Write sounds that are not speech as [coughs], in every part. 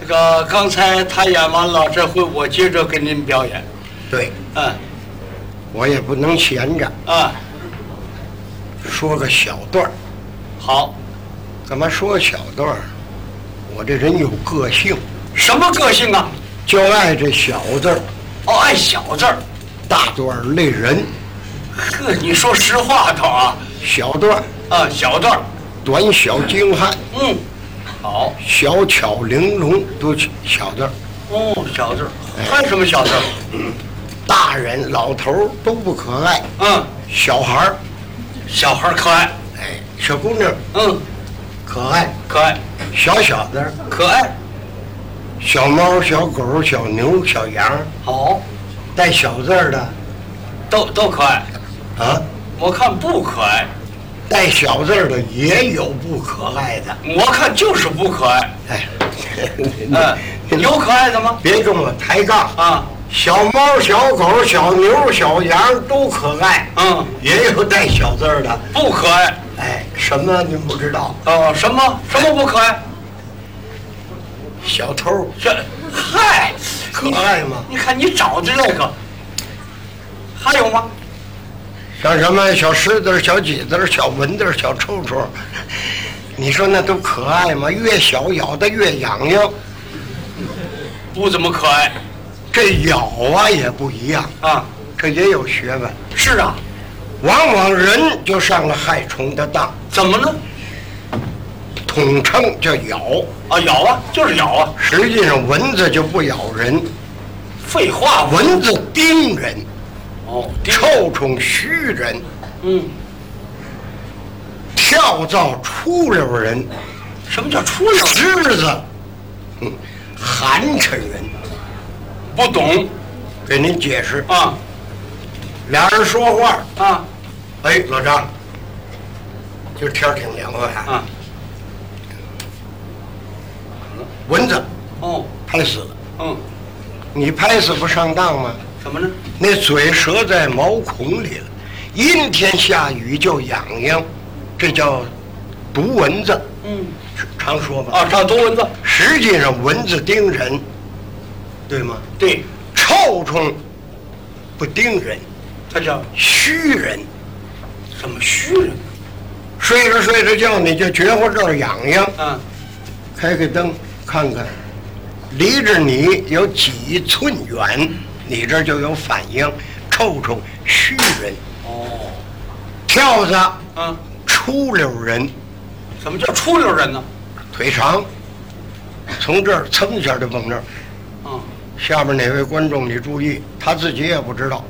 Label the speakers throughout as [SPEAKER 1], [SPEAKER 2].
[SPEAKER 1] 那个刚才他演完了，这回我接着给您表演。
[SPEAKER 2] 对，
[SPEAKER 1] 嗯
[SPEAKER 2] 我也不能闲着，
[SPEAKER 1] 嗯，
[SPEAKER 2] 说个小段儿。
[SPEAKER 1] 好，
[SPEAKER 2] 干嘛说小段儿？我这人有个性，
[SPEAKER 1] 什么个性啊？
[SPEAKER 2] 就爱这小字儿，
[SPEAKER 1] 哦，爱小字儿。
[SPEAKER 2] 大段儿累人，
[SPEAKER 1] 呵，你说实话头啊？
[SPEAKER 2] 小段儿
[SPEAKER 1] 啊，小段儿，
[SPEAKER 2] 短小精悍，
[SPEAKER 1] 嗯，好，
[SPEAKER 2] 小巧玲珑，都小段儿。
[SPEAKER 1] 哦，小字儿，还有什么小字儿？
[SPEAKER 2] 大人老头儿都不可爱，
[SPEAKER 1] 嗯，
[SPEAKER 2] 小孩儿，
[SPEAKER 1] 小孩儿可爱，
[SPEAKER 2] 哎，小姑娘
[SPEAKER 1] 嗯，
[SPEAKER 2] 可爱，
[SPEAKER 1] 可爱，
[SPEAKER 2] 小小子儿，
[SPEAKER 1] 可爱，
[SPEAKER 2] 小猫、小狗、小牛、小羊，
[SPEAKER 1] 好，
[SPEAKER 2] 带小字儿的
[SPEAKER 1] 都都可爱。
[SPEAKER 2] 啊，
[SPEAKER 1] 我看不可爱，
[SPEAKER 2] 带小字儿的也有不可爱的。
[SPEAKER 1] 我看就是不可爱。
[SPEAKER 2] 哎，
[SPEAKER 1] 嗯，有可爱的吗？
[SPEAKER 2] 别跟我抬杠。
[SPEAKER 1] 啊，
[SPEAKER 2] 小猫、小狗、小牛、小羊都可爱，
[SPEAKER 1] 嗯，
[SPEAKER 2] 也有带小字儿的。
[SPEAKER 1] 不可爱。
[SPEAKER 2] 哎，什么您不知道？
[SPEAKER 1] 哦，什么什么不可爱？
[SPEAKER 2] 小偷
[SPEAKER 1] 这嗨，
[SPEAKER 2] 可爱吗？
[SPEAKER 1] 你看你找的这个，还有吗？
[SPEAKER 2] 像什么小狮子、小几子、小蚊子、小臭虫，你说那都可爱吗？越小咬的越痒痒，
[SPEAKER 1] 不怎么可爱
[SPEAKER 2] 这咬啊也不一样，
[SPEAKER 1] 啊。
[SPEAKER 2] 这也有学问。
[SPEAKER 1] 是啊，
[SPEAKER 2] 往往人就上了害虫的当，
[SPEAKER 1] 怎么呢？
[SPEAKER 2] 统称叫咬。
[SPEAKER 1] 啊，咬啊，就是咬啊。
[SPEAKER 2] 实际上蚊子就不咬人，
[SPEAKER 1] 废话，我
[SPEAKER 2] 蚊子叮人，
[SPEAKER 1] 哦，叮
[SPEAKER 2] 臭虫虚人，
[SPEAKER 1] 嗯，
[SPEAKER 2] 跳蚤出溜人，
[SPEAKER 1] 什么叫出溜？
[SPEAKER 2] 虱子，嗯，寒碜人。
[SPEAKER 1] 不懂
[SPEAKER 2] 给您解释，
[SPEAKER 1] 啊
[SPEAKER 2] 俩人说话，
[SPEAKER 1] 啊
[SPEAKER 2] 哎，老张，今儿天儿挺凉快啊。
[SPEAKER 1] 啊！
[SPEAKER 2] 蚊子
[SPEAKER 1] 哦，
[SPEAKER 2] 拍死了，
[SPEAKER 1] 嗯，
[SPEAKER 2] 你拍死不上当吗？
[SPEAKER 1] 怎么呢？
[SPEAKER 2] 那嘴折在毛孔里了，阴天下雨就痒痒，这叫毒蚊子，
[SPEAKER 1] 嗯，
[SPEAKER 2] 常说吧。
[SPEAKER 1] 啊，长毒蚊子。
[SPEAKER 2] 实际上蚊子叮人，对吗？
[SPEAKER 1] 对，
[SPEAKER 2] 臭虫不叮人，
[SPEAKER 1] 它叫
[SPEAKER 2] 虚人。
[SPEAKER 1] 什么虚人？
[SPEAKER 2] 睡着睡着觉你就觉乎这儿痒痒，
[SPEAKER 1] 啊，
[SPEAKER 2] 开开灯看看，离着你有几寸远，你这就有反应。臭虫虚人，
[SPEAKER 1] 哦，
[SPEAKER 2] 跳蚤
[SPEAKER 1] 啊，
[SPEAKER 2] 出溜人，
[SPEAKER 1] 什么叫出溜人呢？
[SPEAKER 2] 腿长，从这儿蹭一下就往那儿。
[SPEAKER 1] 啊，
[SPEAKER 2] 下边哪位观众你注意，他自己也不知道，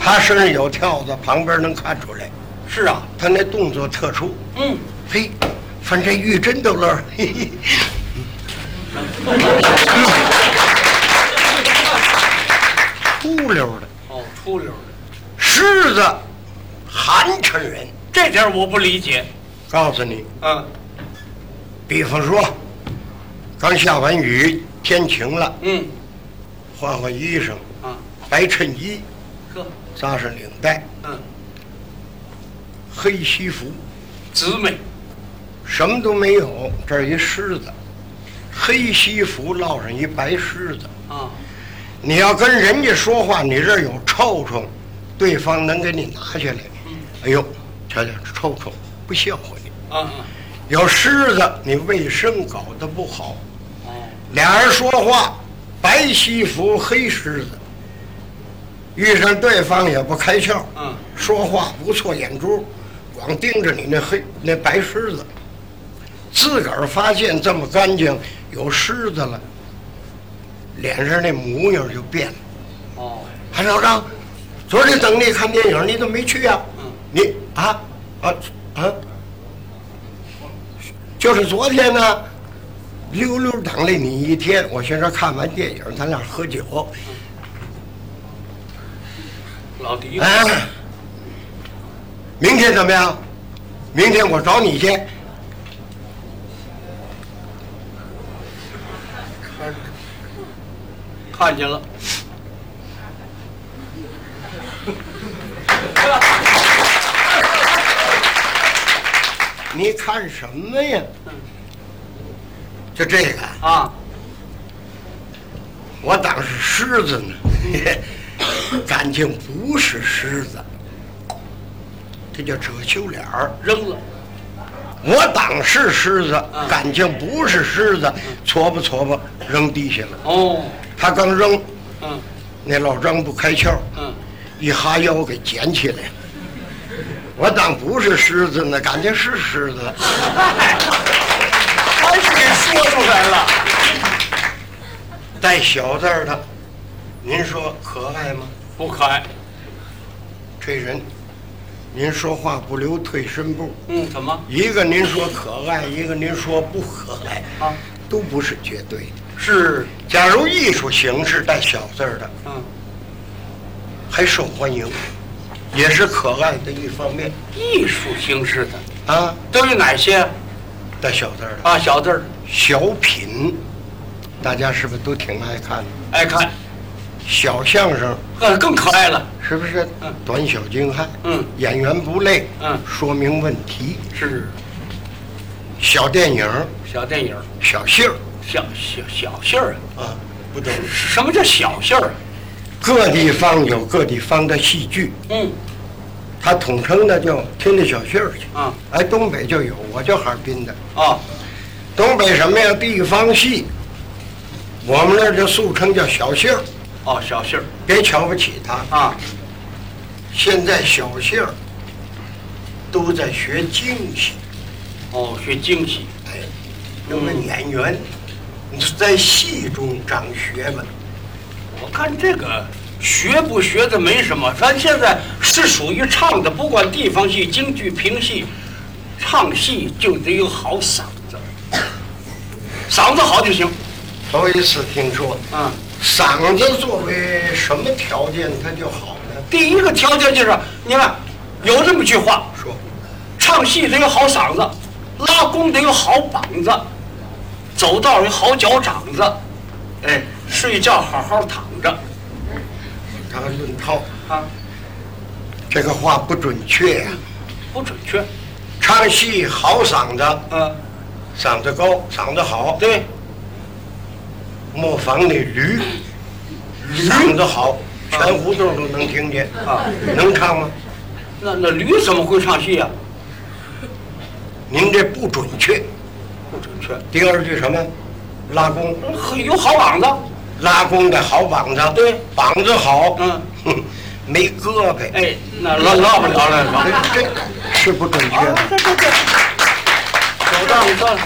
[SPEAKER 2] 他身上有跳蚤，旁边能看出来，
[SPEAKER 1] 是啊，
[SPEAKER 2] 他那动作特殊。
[SPEAKER 1] 嗯，
[SPEAKER 2] 嘿，反正玉真逗乐儿， [laughs] 嘿嘿。秃溜儿的
[SPEAKER 1] 哦，出溜人，
[SPEAKER 2] 狮子，寒碜人。
[SPEAKER 1] 这点我不理解。
[SPEAKER 2] 告诉你，
[SPEAKER 1] 啊，
[SPEAKER 2] 比方说，刚下完雨，天晴了，
[SPEAKER 1] 嗯，
[SPEAKER 2] 换换衣裳，
[SPEAKER 1] 啊，
[SPEAKER 2] 白衬衣，
[SPEAKER 1] 呵，
[SPEAKER 2] 扎上领带，
[SPEAKER 1] 嗯，
[SPEAKER 2] 黑西服，
[SPEAKER 1] 姊妹，
[SPEAKER 2] 什么都没有，这儿一狮子，黑西服落上一白狮子。
[SPEAKER 1] 啊，
[SPEAKER 2] 你要跟人家说话，你这儿有臭虫，对方能给你拿下来。哎呦，瞧瞧这臭虫，不笑话你。
[SPEAKER 1] 啊啊，
[SPEAKER 2] 有虱子，你卫生搞得不好。
[SPEAKER 1] 哦，
[SPEAKER 2] 俩人说话，白西服黑狮子，遇上对方也不开窍，
[SPEAKER 1] 嗯
[SPEAKER 2] 说话不错眼珠，光盯着你那黑那白狮子，自个儿发现这么干净有狮子了，脸上那模样就变了。
[SPEAKER 1] 哦，
[SPEAKER 2] 韩老张，昨儿就等你看电影，你怎么没去呀、
[SPEAKER 1] 嗯
[SPEAKER 2] 你啊啊啊，就是昨天呢，溜溜等了你一天。我寻思看完电影，咱俩喝酒。
[SPEAKER 1] 老迪，
[SPEAKER 2] 哎，明天怎么样？明天我找你去。
[SPEAKER 1] 看见了，
[SPEAKER 2] 你看什么呀？就这个，
[SPEAKER 1] 啊，
[SPEAKER 2] 我当是狮子呢，感情不是狮子，这叫遮羞脸儿。
[SPEAKER 1] 扔了，
[SPEAKER 2] 我当是狮子，感情不是狮子，搓吧搓吧扔地下了。
[SPEAKER 1] 哦，
[SPEAKER 2] 他刚扔，
[SPEAKER 1] 嗯
[SPEAKER 2] 那老张不开窍，
[SPEAKER 1] 嗯，
[SPEAKER 2] 一哈腰给捡起来。我当不是狮子呢，感情是狮子。
[SPEAKER 1] 还是给说出来了，
[SPEAKER 2] 带小字儿的，您说可爱吗？
[SPEAKER 1] 不可爱，
[SPEAKER 2] 这人，您说话不留退身步，
[SPEAKER 1] 嗯，怎么
[SPEAKER 2] 一个您说可爱，一个您说不可爱，
[SPEAKER 1] 啊？
[SPEAKER 2] 都不是绝对的。
[SPEAKER 1] 是，
[SPEAKER 2] 假如艺术形式带小字儿的
[SPEAKER 1] 嗯，
[SPEAKER 2] 还受欢迎，也是可爱的一方面
[SPEAKER 1] 艺术形式的
[SPEAKER 2] 啊。
[SPEAKER 1] 都有哪些
[SPEAKER 2] 带小字儿的
[SPEAKER 1] 啊？小字儿
[SPEAKER 2] 小品，大家是不是都挺爱看的？
[SPEAKER 1] 爱看，
[SPEAKER 2] 小相声
[SPEAKER 1] 呃，更可爱了，
[SPEAKER 2] 是不是
[SPEAKER 1] 嗯
[SPEAKER 2] 短小精悍？
[SPEAKER 1] 嗯
[SPEAKER 2] 演员不累，
[SPEAKER 1] 嗯
[SPEAKER 2] 说明问题。
[SPEAKER 1] 是
[SPEAKER 2] 小电影儿、
[SPEAKER 1] 小电影儿，
[SPEAKER 2] 小戏儿
[SPEAKER 1] 小小小信儿啊，
[SPEAKER 2] 啊，不懂。
[SPEAKER 1] 什么叫小信儿啊？
[SPEAKER 2] 各地方有各地方的戏剧，
[SPEAKER 1] 嗯
[SPEAKER 2] 它统称呢叫天地小戏儿去。
[SPEAKER 1] 啊
[SPEAKER 2] 哎，东北就有，我就哈尔滨的。
[SPEAKER 1] 啊，
[SPEAKER 2] 东北什么呀？地方戏，我们那儿就俗称叫小戏儿。
[SPEAKER 1] 哦，小信儿
[SPEAKER 2] 别瞧不起它，
[SPEAKER 1] 啊，
[SPEAKER 2] 现在小戏儿都在学京戏。
[SPEAKER 1] 哦，学京戏，
[SPEAKER 2] 哎，那么演员，你是在戏中长学问。
[SPEAKER 1] 我看这个学不学的没什么，咱现在是属于唱的，不管地方戏、京剧、评戏，唱戏就得有好嗓子，嗓子好就行。
[SPEAKER 2] 头一次听说，
[SPEAKER 1] 啊，
[SPEAKER 2] 嗓子作为什么条件它就好呢？
[SPEAKER 1] 第一个条件就是，你看有这么句话，
[SPEAKER 2] 说，
[SPEAKER 1] 唱戏得有好嗓子，拉弓得有好膀子，走道有好脚掌子，哎，睡觉好好躺着
[SPEAKER 2] 他论套。
[SPEAKER 1] 啊，
[SPEAKER 2] 这个话不准确呀、
[SPEAKER 1] 不准确。
[SPEAKER 2] 唱戏好嗓子，
[SPEAKER 1] 啊，
[SPEAKER 2] 嗓子高，嗓子好，
[SPEAKER 1] 对，
[SPEAKER 2] 磨坊那驴，嗓子好，全胡同都能听见
[SPEAKER 1] 啊，
[SPEAKER 2] 能唱吗？
[SPEAKER 1] 那那驴怎么会唱戏呀、
[SPEAKER 2] 您这不准确。
[SPEAKER 1] 不准确。
[SPEAKER 2] 第二句什么？拉弓，
[SPEAKER 1] 很有好膀子，
[SPEAKER 2] 拉弓的好膀子，
[SPEAKER 1] 对，
[SPEAKER 2] 膀子好，
[SPEAKER 1] 嗯，
[SPEAKER 2] 哼， [laughs] 没胳膊，
[SPEAKER 1] 哎，那拉拉不了了，
[SPEAKER 2] 这
[SPEAKER 1] 了。
[SPEAKER 2] 这是不准确的。
[SPEAKER 1] 这这这，手杖子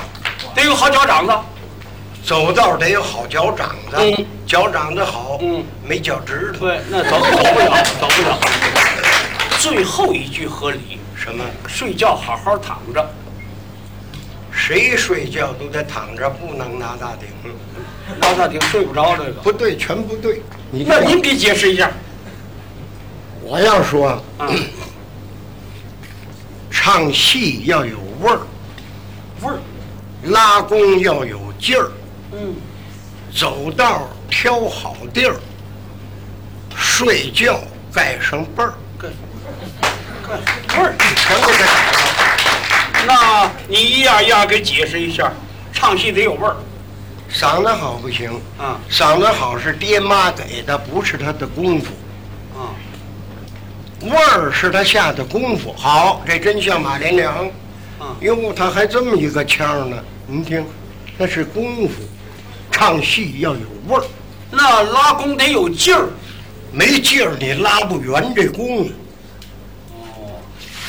[SPEAKER 1] 得有好脚掌子，
[SPEAKER 2] 走道得有好脚掌子
[SPEAKER 1] 嗯，
[SPEAKER 2] 脚掌子好，
[SPEAKER 1] 嗯
[SPEAKER 2] 没脚趾头，
[SPEAKER 1] 对，那走走不了，走不了。最后一句合理，
[SPEAKER 2] 什么？
[SPEAKER 1] 睡觉好好躺着，
[SPEAKER 2] 谁睡觉都得躺着，不能拿大顶。
[SPEAKER 1] 老大挺睡不着这个。
[SPEAKER 2] 不对，全不对。你
[SPEAKER 1] 那您给解释一下
[SPEAKER 2] 我要说，
[SPEAKER 1] 啊，
[SPEAKER 2] 唱戏要有味儿，
[SPEAKER 1] 味儿，
[SPEAKER 2] 拉弓要有劲儿，
[SPEAKER 1] 嗯，
[SPEAKER 2] 走道挑好地儿，睡觉盖上被儿，
[SPEAKER 1] 干干味儿。
[SPEAKER 2] 全都得改了。
[SPEAKER 1] 那你一样一样给解释一下，唱戏得有味儿
[SPEAKER 2] 嗓子好不行，
[SPEAKER 1] 啊
[SPEAKER 2] 嗓子好是爹妈给的，不是他的功夫。
[SPEAKER 1] 啊，
[SPEAKER 2] 味儿是他下的功夫。好，这真像马连良。
[SPEAKER 1] 嗯
[SPEAKER 2] 哟，他还这么一个腔儿呢。您听，那是功夫，唱戏要有味儿，
[SPEAKER 1] 那拉弓得有劲儿。
[SPEAKER 2] 没劲儿你拉不圆这弓。
[SPEAKER 1] 哦，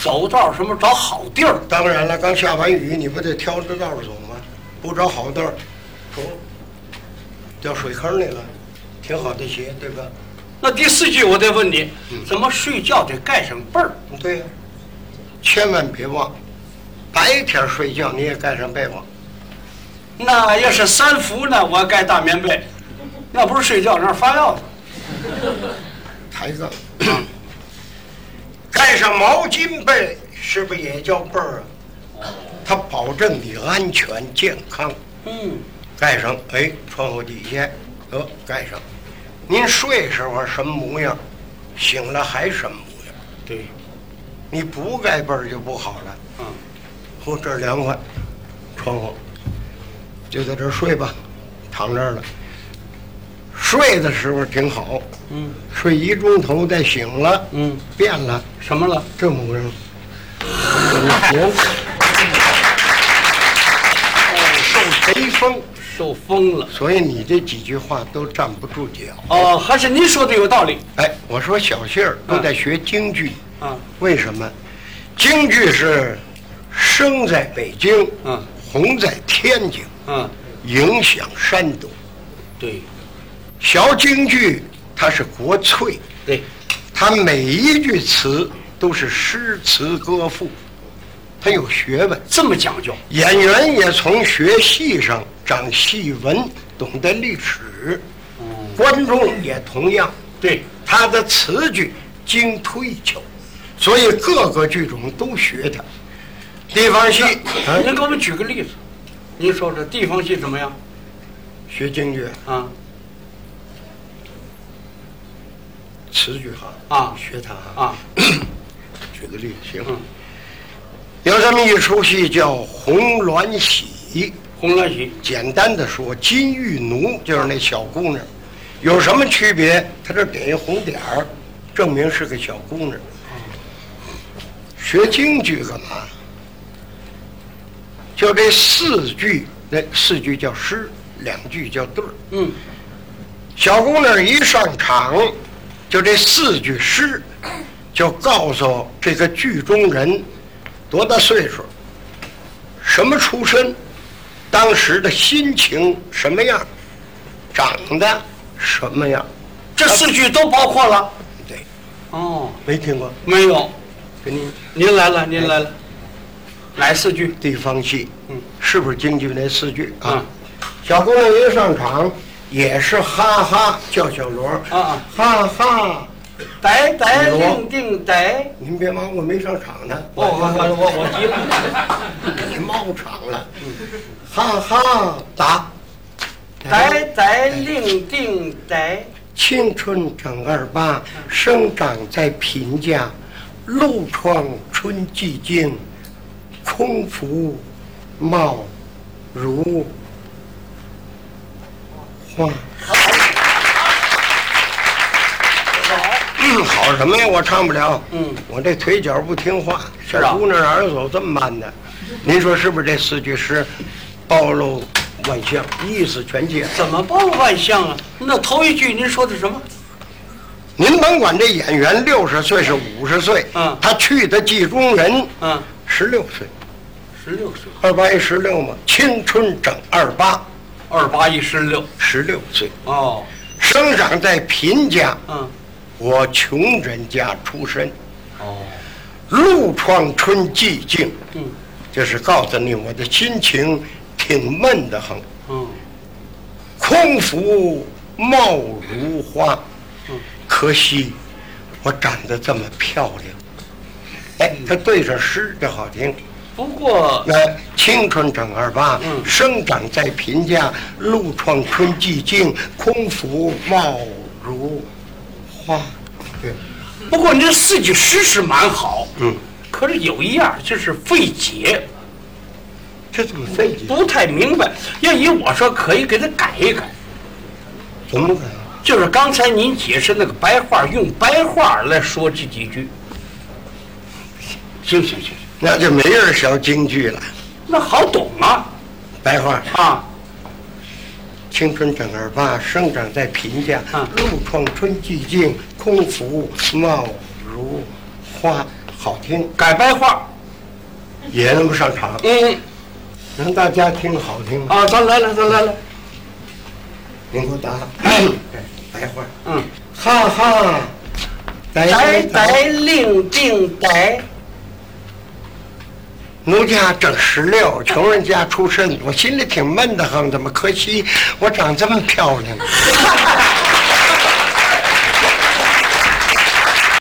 [SPEAKER 1] 走道什么找好地儿，
[SPEAKER 2] 当然了，刚下完雨，你不得挑着道儿走吗？不找好道儿，走掉水坑里了，挺好的鞋，对吧？
[SPEAKER 1] 那第四句我再问你，怎么睡觉得盖上被儿？
[SPEAKER 2] 嗯对呀、千万别忘，白天睡觉你也盖上被窝。
[SPEAKER 1] 那要是三伏呢，我盖大棉被，那不是睡觉，那是发药
[SPEAKER 2] 抬杠， [coughs] 盖上毛巾被是不是也叫被儿啊？它保证你安全健康。
[SPEAKER 1] 嗯，
[SPEAKER 2] 盖上，哎，窗户底下，得盖上。您睡时候什么模样，醒了还什么模样？
[SPEAKER 1] 对，
[SPEAKER 2] 你不盖被儿就不好了。
[SPEAKER 1] 嗯，
[SPEAKER 2] 嚯，这儿凉快，窗户，就在这儿睡吧，躺这儿了。睡的时候挺好，
[SPEAKER 1] 嗯，
[SPEAKER 2] 睡一钟头再醒了，
[SPEAKER 1] 嗯，
[SPEAKER 2] 变了
[SPEAKER 1] 什么了？哎
[SPEAKER 2] 这模样。人受贼风，
[SPEAKER 1] 受风了。
[SPEAKER 2] 所以你这几句话都站不住脚。
[SPEAKER 1] 哦，还是您说的有道理
[SPEAKER 2] 哎，我说小杏儿都在学京剧，
[SPEAKER 1] 啊。
[SPEAKER 2] 为什么？京剧是生在北京，
[SPEAKER 1] 嗯，
[SPEAKER 2] 红在天津，
[SPEAKER 1] 嗯，
[SPEAKER 2] 影响山东。
[SPEAKER 1] 对，
[SPEAKER 2] 小京剧它是国粹，
[SPEAKER 1] 对，
[SPEAKER 2] 它每一句词都是诗词歌赋，它有学问。
[SPEAKER 1] 这么讲究。
[SPEAKER 2] 演员也从学戏上长戏文，懂得历史。
[SPEAKER 1] 嗯，
[SPEAKER 2] 观众也同样，
[SPEAKER 1] 对，
[SPEAKER 2] 他的词句经推求，所以各个剧种都学他。地方戏，啊，
[SPEAKER 1] 您给我们举个例子，您说说地方戏怎么样
[SPEAKER 2] 学京剧，
[SPEAKER 1] 啊？
[SPEAKER 2] 词句好
[SPEAKER 1] 啊
[SPEAKER 2] 学他哈。
[SPEAKER 1] 啊，
[SPEAKER 2] 举个例子，行。
[SPEAKER 1] 嗯
[SPEAKER 2] 有这么一出戏叫《红鸾喜》，
[SPEAKER 1] 红鸾戏
[SPEAKER 2] 简单的说，金玉奴就是那小姑娘，有什么区别？她这点一红点儿，证明是个小姑娘。学京剧干嘛？就这四句，那四句叫诗，两句叫对儿。
[SPEAKER 1] 嗯，
[SPEAKER 2] 小姑娘一上场，就这四句诗，就告诉这个剧中人多大岁数，什么出身，当时的心情什么样，长得什么样。
[SPEAKER 1] 这四句都包括了。
[SPEAKER 2] 对，
[SPEAKER 1] 哦，
[SPEAKER 2] 没听过，
[SPEAKER 1] 没有，
[SPEAKER 2] 给你
[SPEAKER 1] 您来了，您来了，来四句。
[SPEAKER 2] 地方戏，
[SPEAKER 1] 嗯，
[SPEAKER 2] 是不是京剧那四句啊？
[SPEAKER 1] 嗯
[SPEAKER 2] 小姑娘一上场也是哈哈叫小锣，
[SPEAKER 1] 啊啊，
[SPEAKER 2] 哈哈。
[SPEAKER 1] 呆呆定定呆。
[SPEAKER 2] 您别忙，我没上场呢。
[SPEAKER 1] 我我我我我急了，
[SPEAKER 2] 你冒场了，哈哈打，
[SPEAKER 1] 呆呆令定呆。
[SPEAKER 2] 青春长二八，生长在贫家，露窗春寂静，空浮貌如花。嗯好什么呀？我唱不了。
[SPEAKER 1] 嗯
[SPEAKER 2] 我这腿脚不听话，
[SPEAKER 1] 是啊
[SPEAKER 2] 小姑娘哪儿走这么慢呢？您说是不是？这四句诗暴露万象，意思全解了。
[SPEAKER 1] 怎么报万象啊？那头一句您说的什么？
[SPEAKER 2] 您甭管这演员六十岁是五十岁，
[SPEAKER 1] 嗯
[SPEAKER 2] 他去的剧中人，
[SPEAKER 1] 嗯，
[SPEAKER 2] 十六岁，
[SPEAKER 1] 十六岁，
[SPEAKER 2] 二八一十六嘛，青春整二八，
[SPEAKER 1] 二八一十六。
[SPEAKER 2] 十六岁，
[SPEAKER 1] 哦，
[SPEAKER 2] 生长在贫家，
[SPEAKER 1] 嗯，
[SPEAKER 2] 我穷人家出身，
[SPEAKER 1] 哦，
[SPEAKER 2] 露窗春寂静，
[SPEAKER 1] 嗯
[SPEAKER 2] 就是告诉你我的心情挺闷得很，
[SPEAKER 1] 嗯
[SPEAKER 2] 空浮貌如花，
[SPEAKER 1] 嗯，
[SPEAKER 2] 可惜我长得这么漂亮，哎，他对着诗这好听。
[SPEAKER 1] 不过
[SPEAKER 2] 那青春正二八，
[SPEAKER 1] 嗯
[SPEAKER 2] 生长在贫家，路创春寂静，空浮貌如花。对，
[SPEAKER 1] 不过您这四句诗是蛮好，
[SPEAKER 2] 嗯，
[SPEAKER 1] 可是有一样就是费解，
[SPEAKER 2] 这怎么费解？
[SPEAKER 1] 不太明白。要以我说可以给它改一改，
[SPEAKER 2] 怎么改？
[SPEAKER 1] 就是刚才您解释那个白话，用白话来说这几句。行行行行，
[SPEAKER 2] 那就没人学京剧了。
[SPEAKER 1] 那好懂啊
[SPEAKER 2] 白话，
[SPEAKER 1] 啊！
[SPEAKER 2] 青春正二八，生长在贫家，
[SPEAKER 1] 嗯
[SPEAKER 2] 路创春寂静，空浮貌如花。好听，
[SPEAKER 1] 改白话，
[SPEAKER 2] 也那么上场，
[SPEAKER 1] 嗯
[SPEAKER 2] 让大家听好听。
[SPEAKER 1] 啊，咱来了，咱来了，
[SPEAKER 2] 您给我
[SPEAKER 1] [clears throat]
[SPEAKER 2] 打，哎，白话。
[SPEAKER 1] 嗯，
[SPEAKER 2] 哈哈，
[SPEAKER 1] 呆
[SPEAKER 2] 呆
[SPEAKER 1] 呆令定呆，
[SPEAKER 2] 奴家整十六，穷人家出身，我心里挺闷得慌，怎么可惜我长这么漂亮？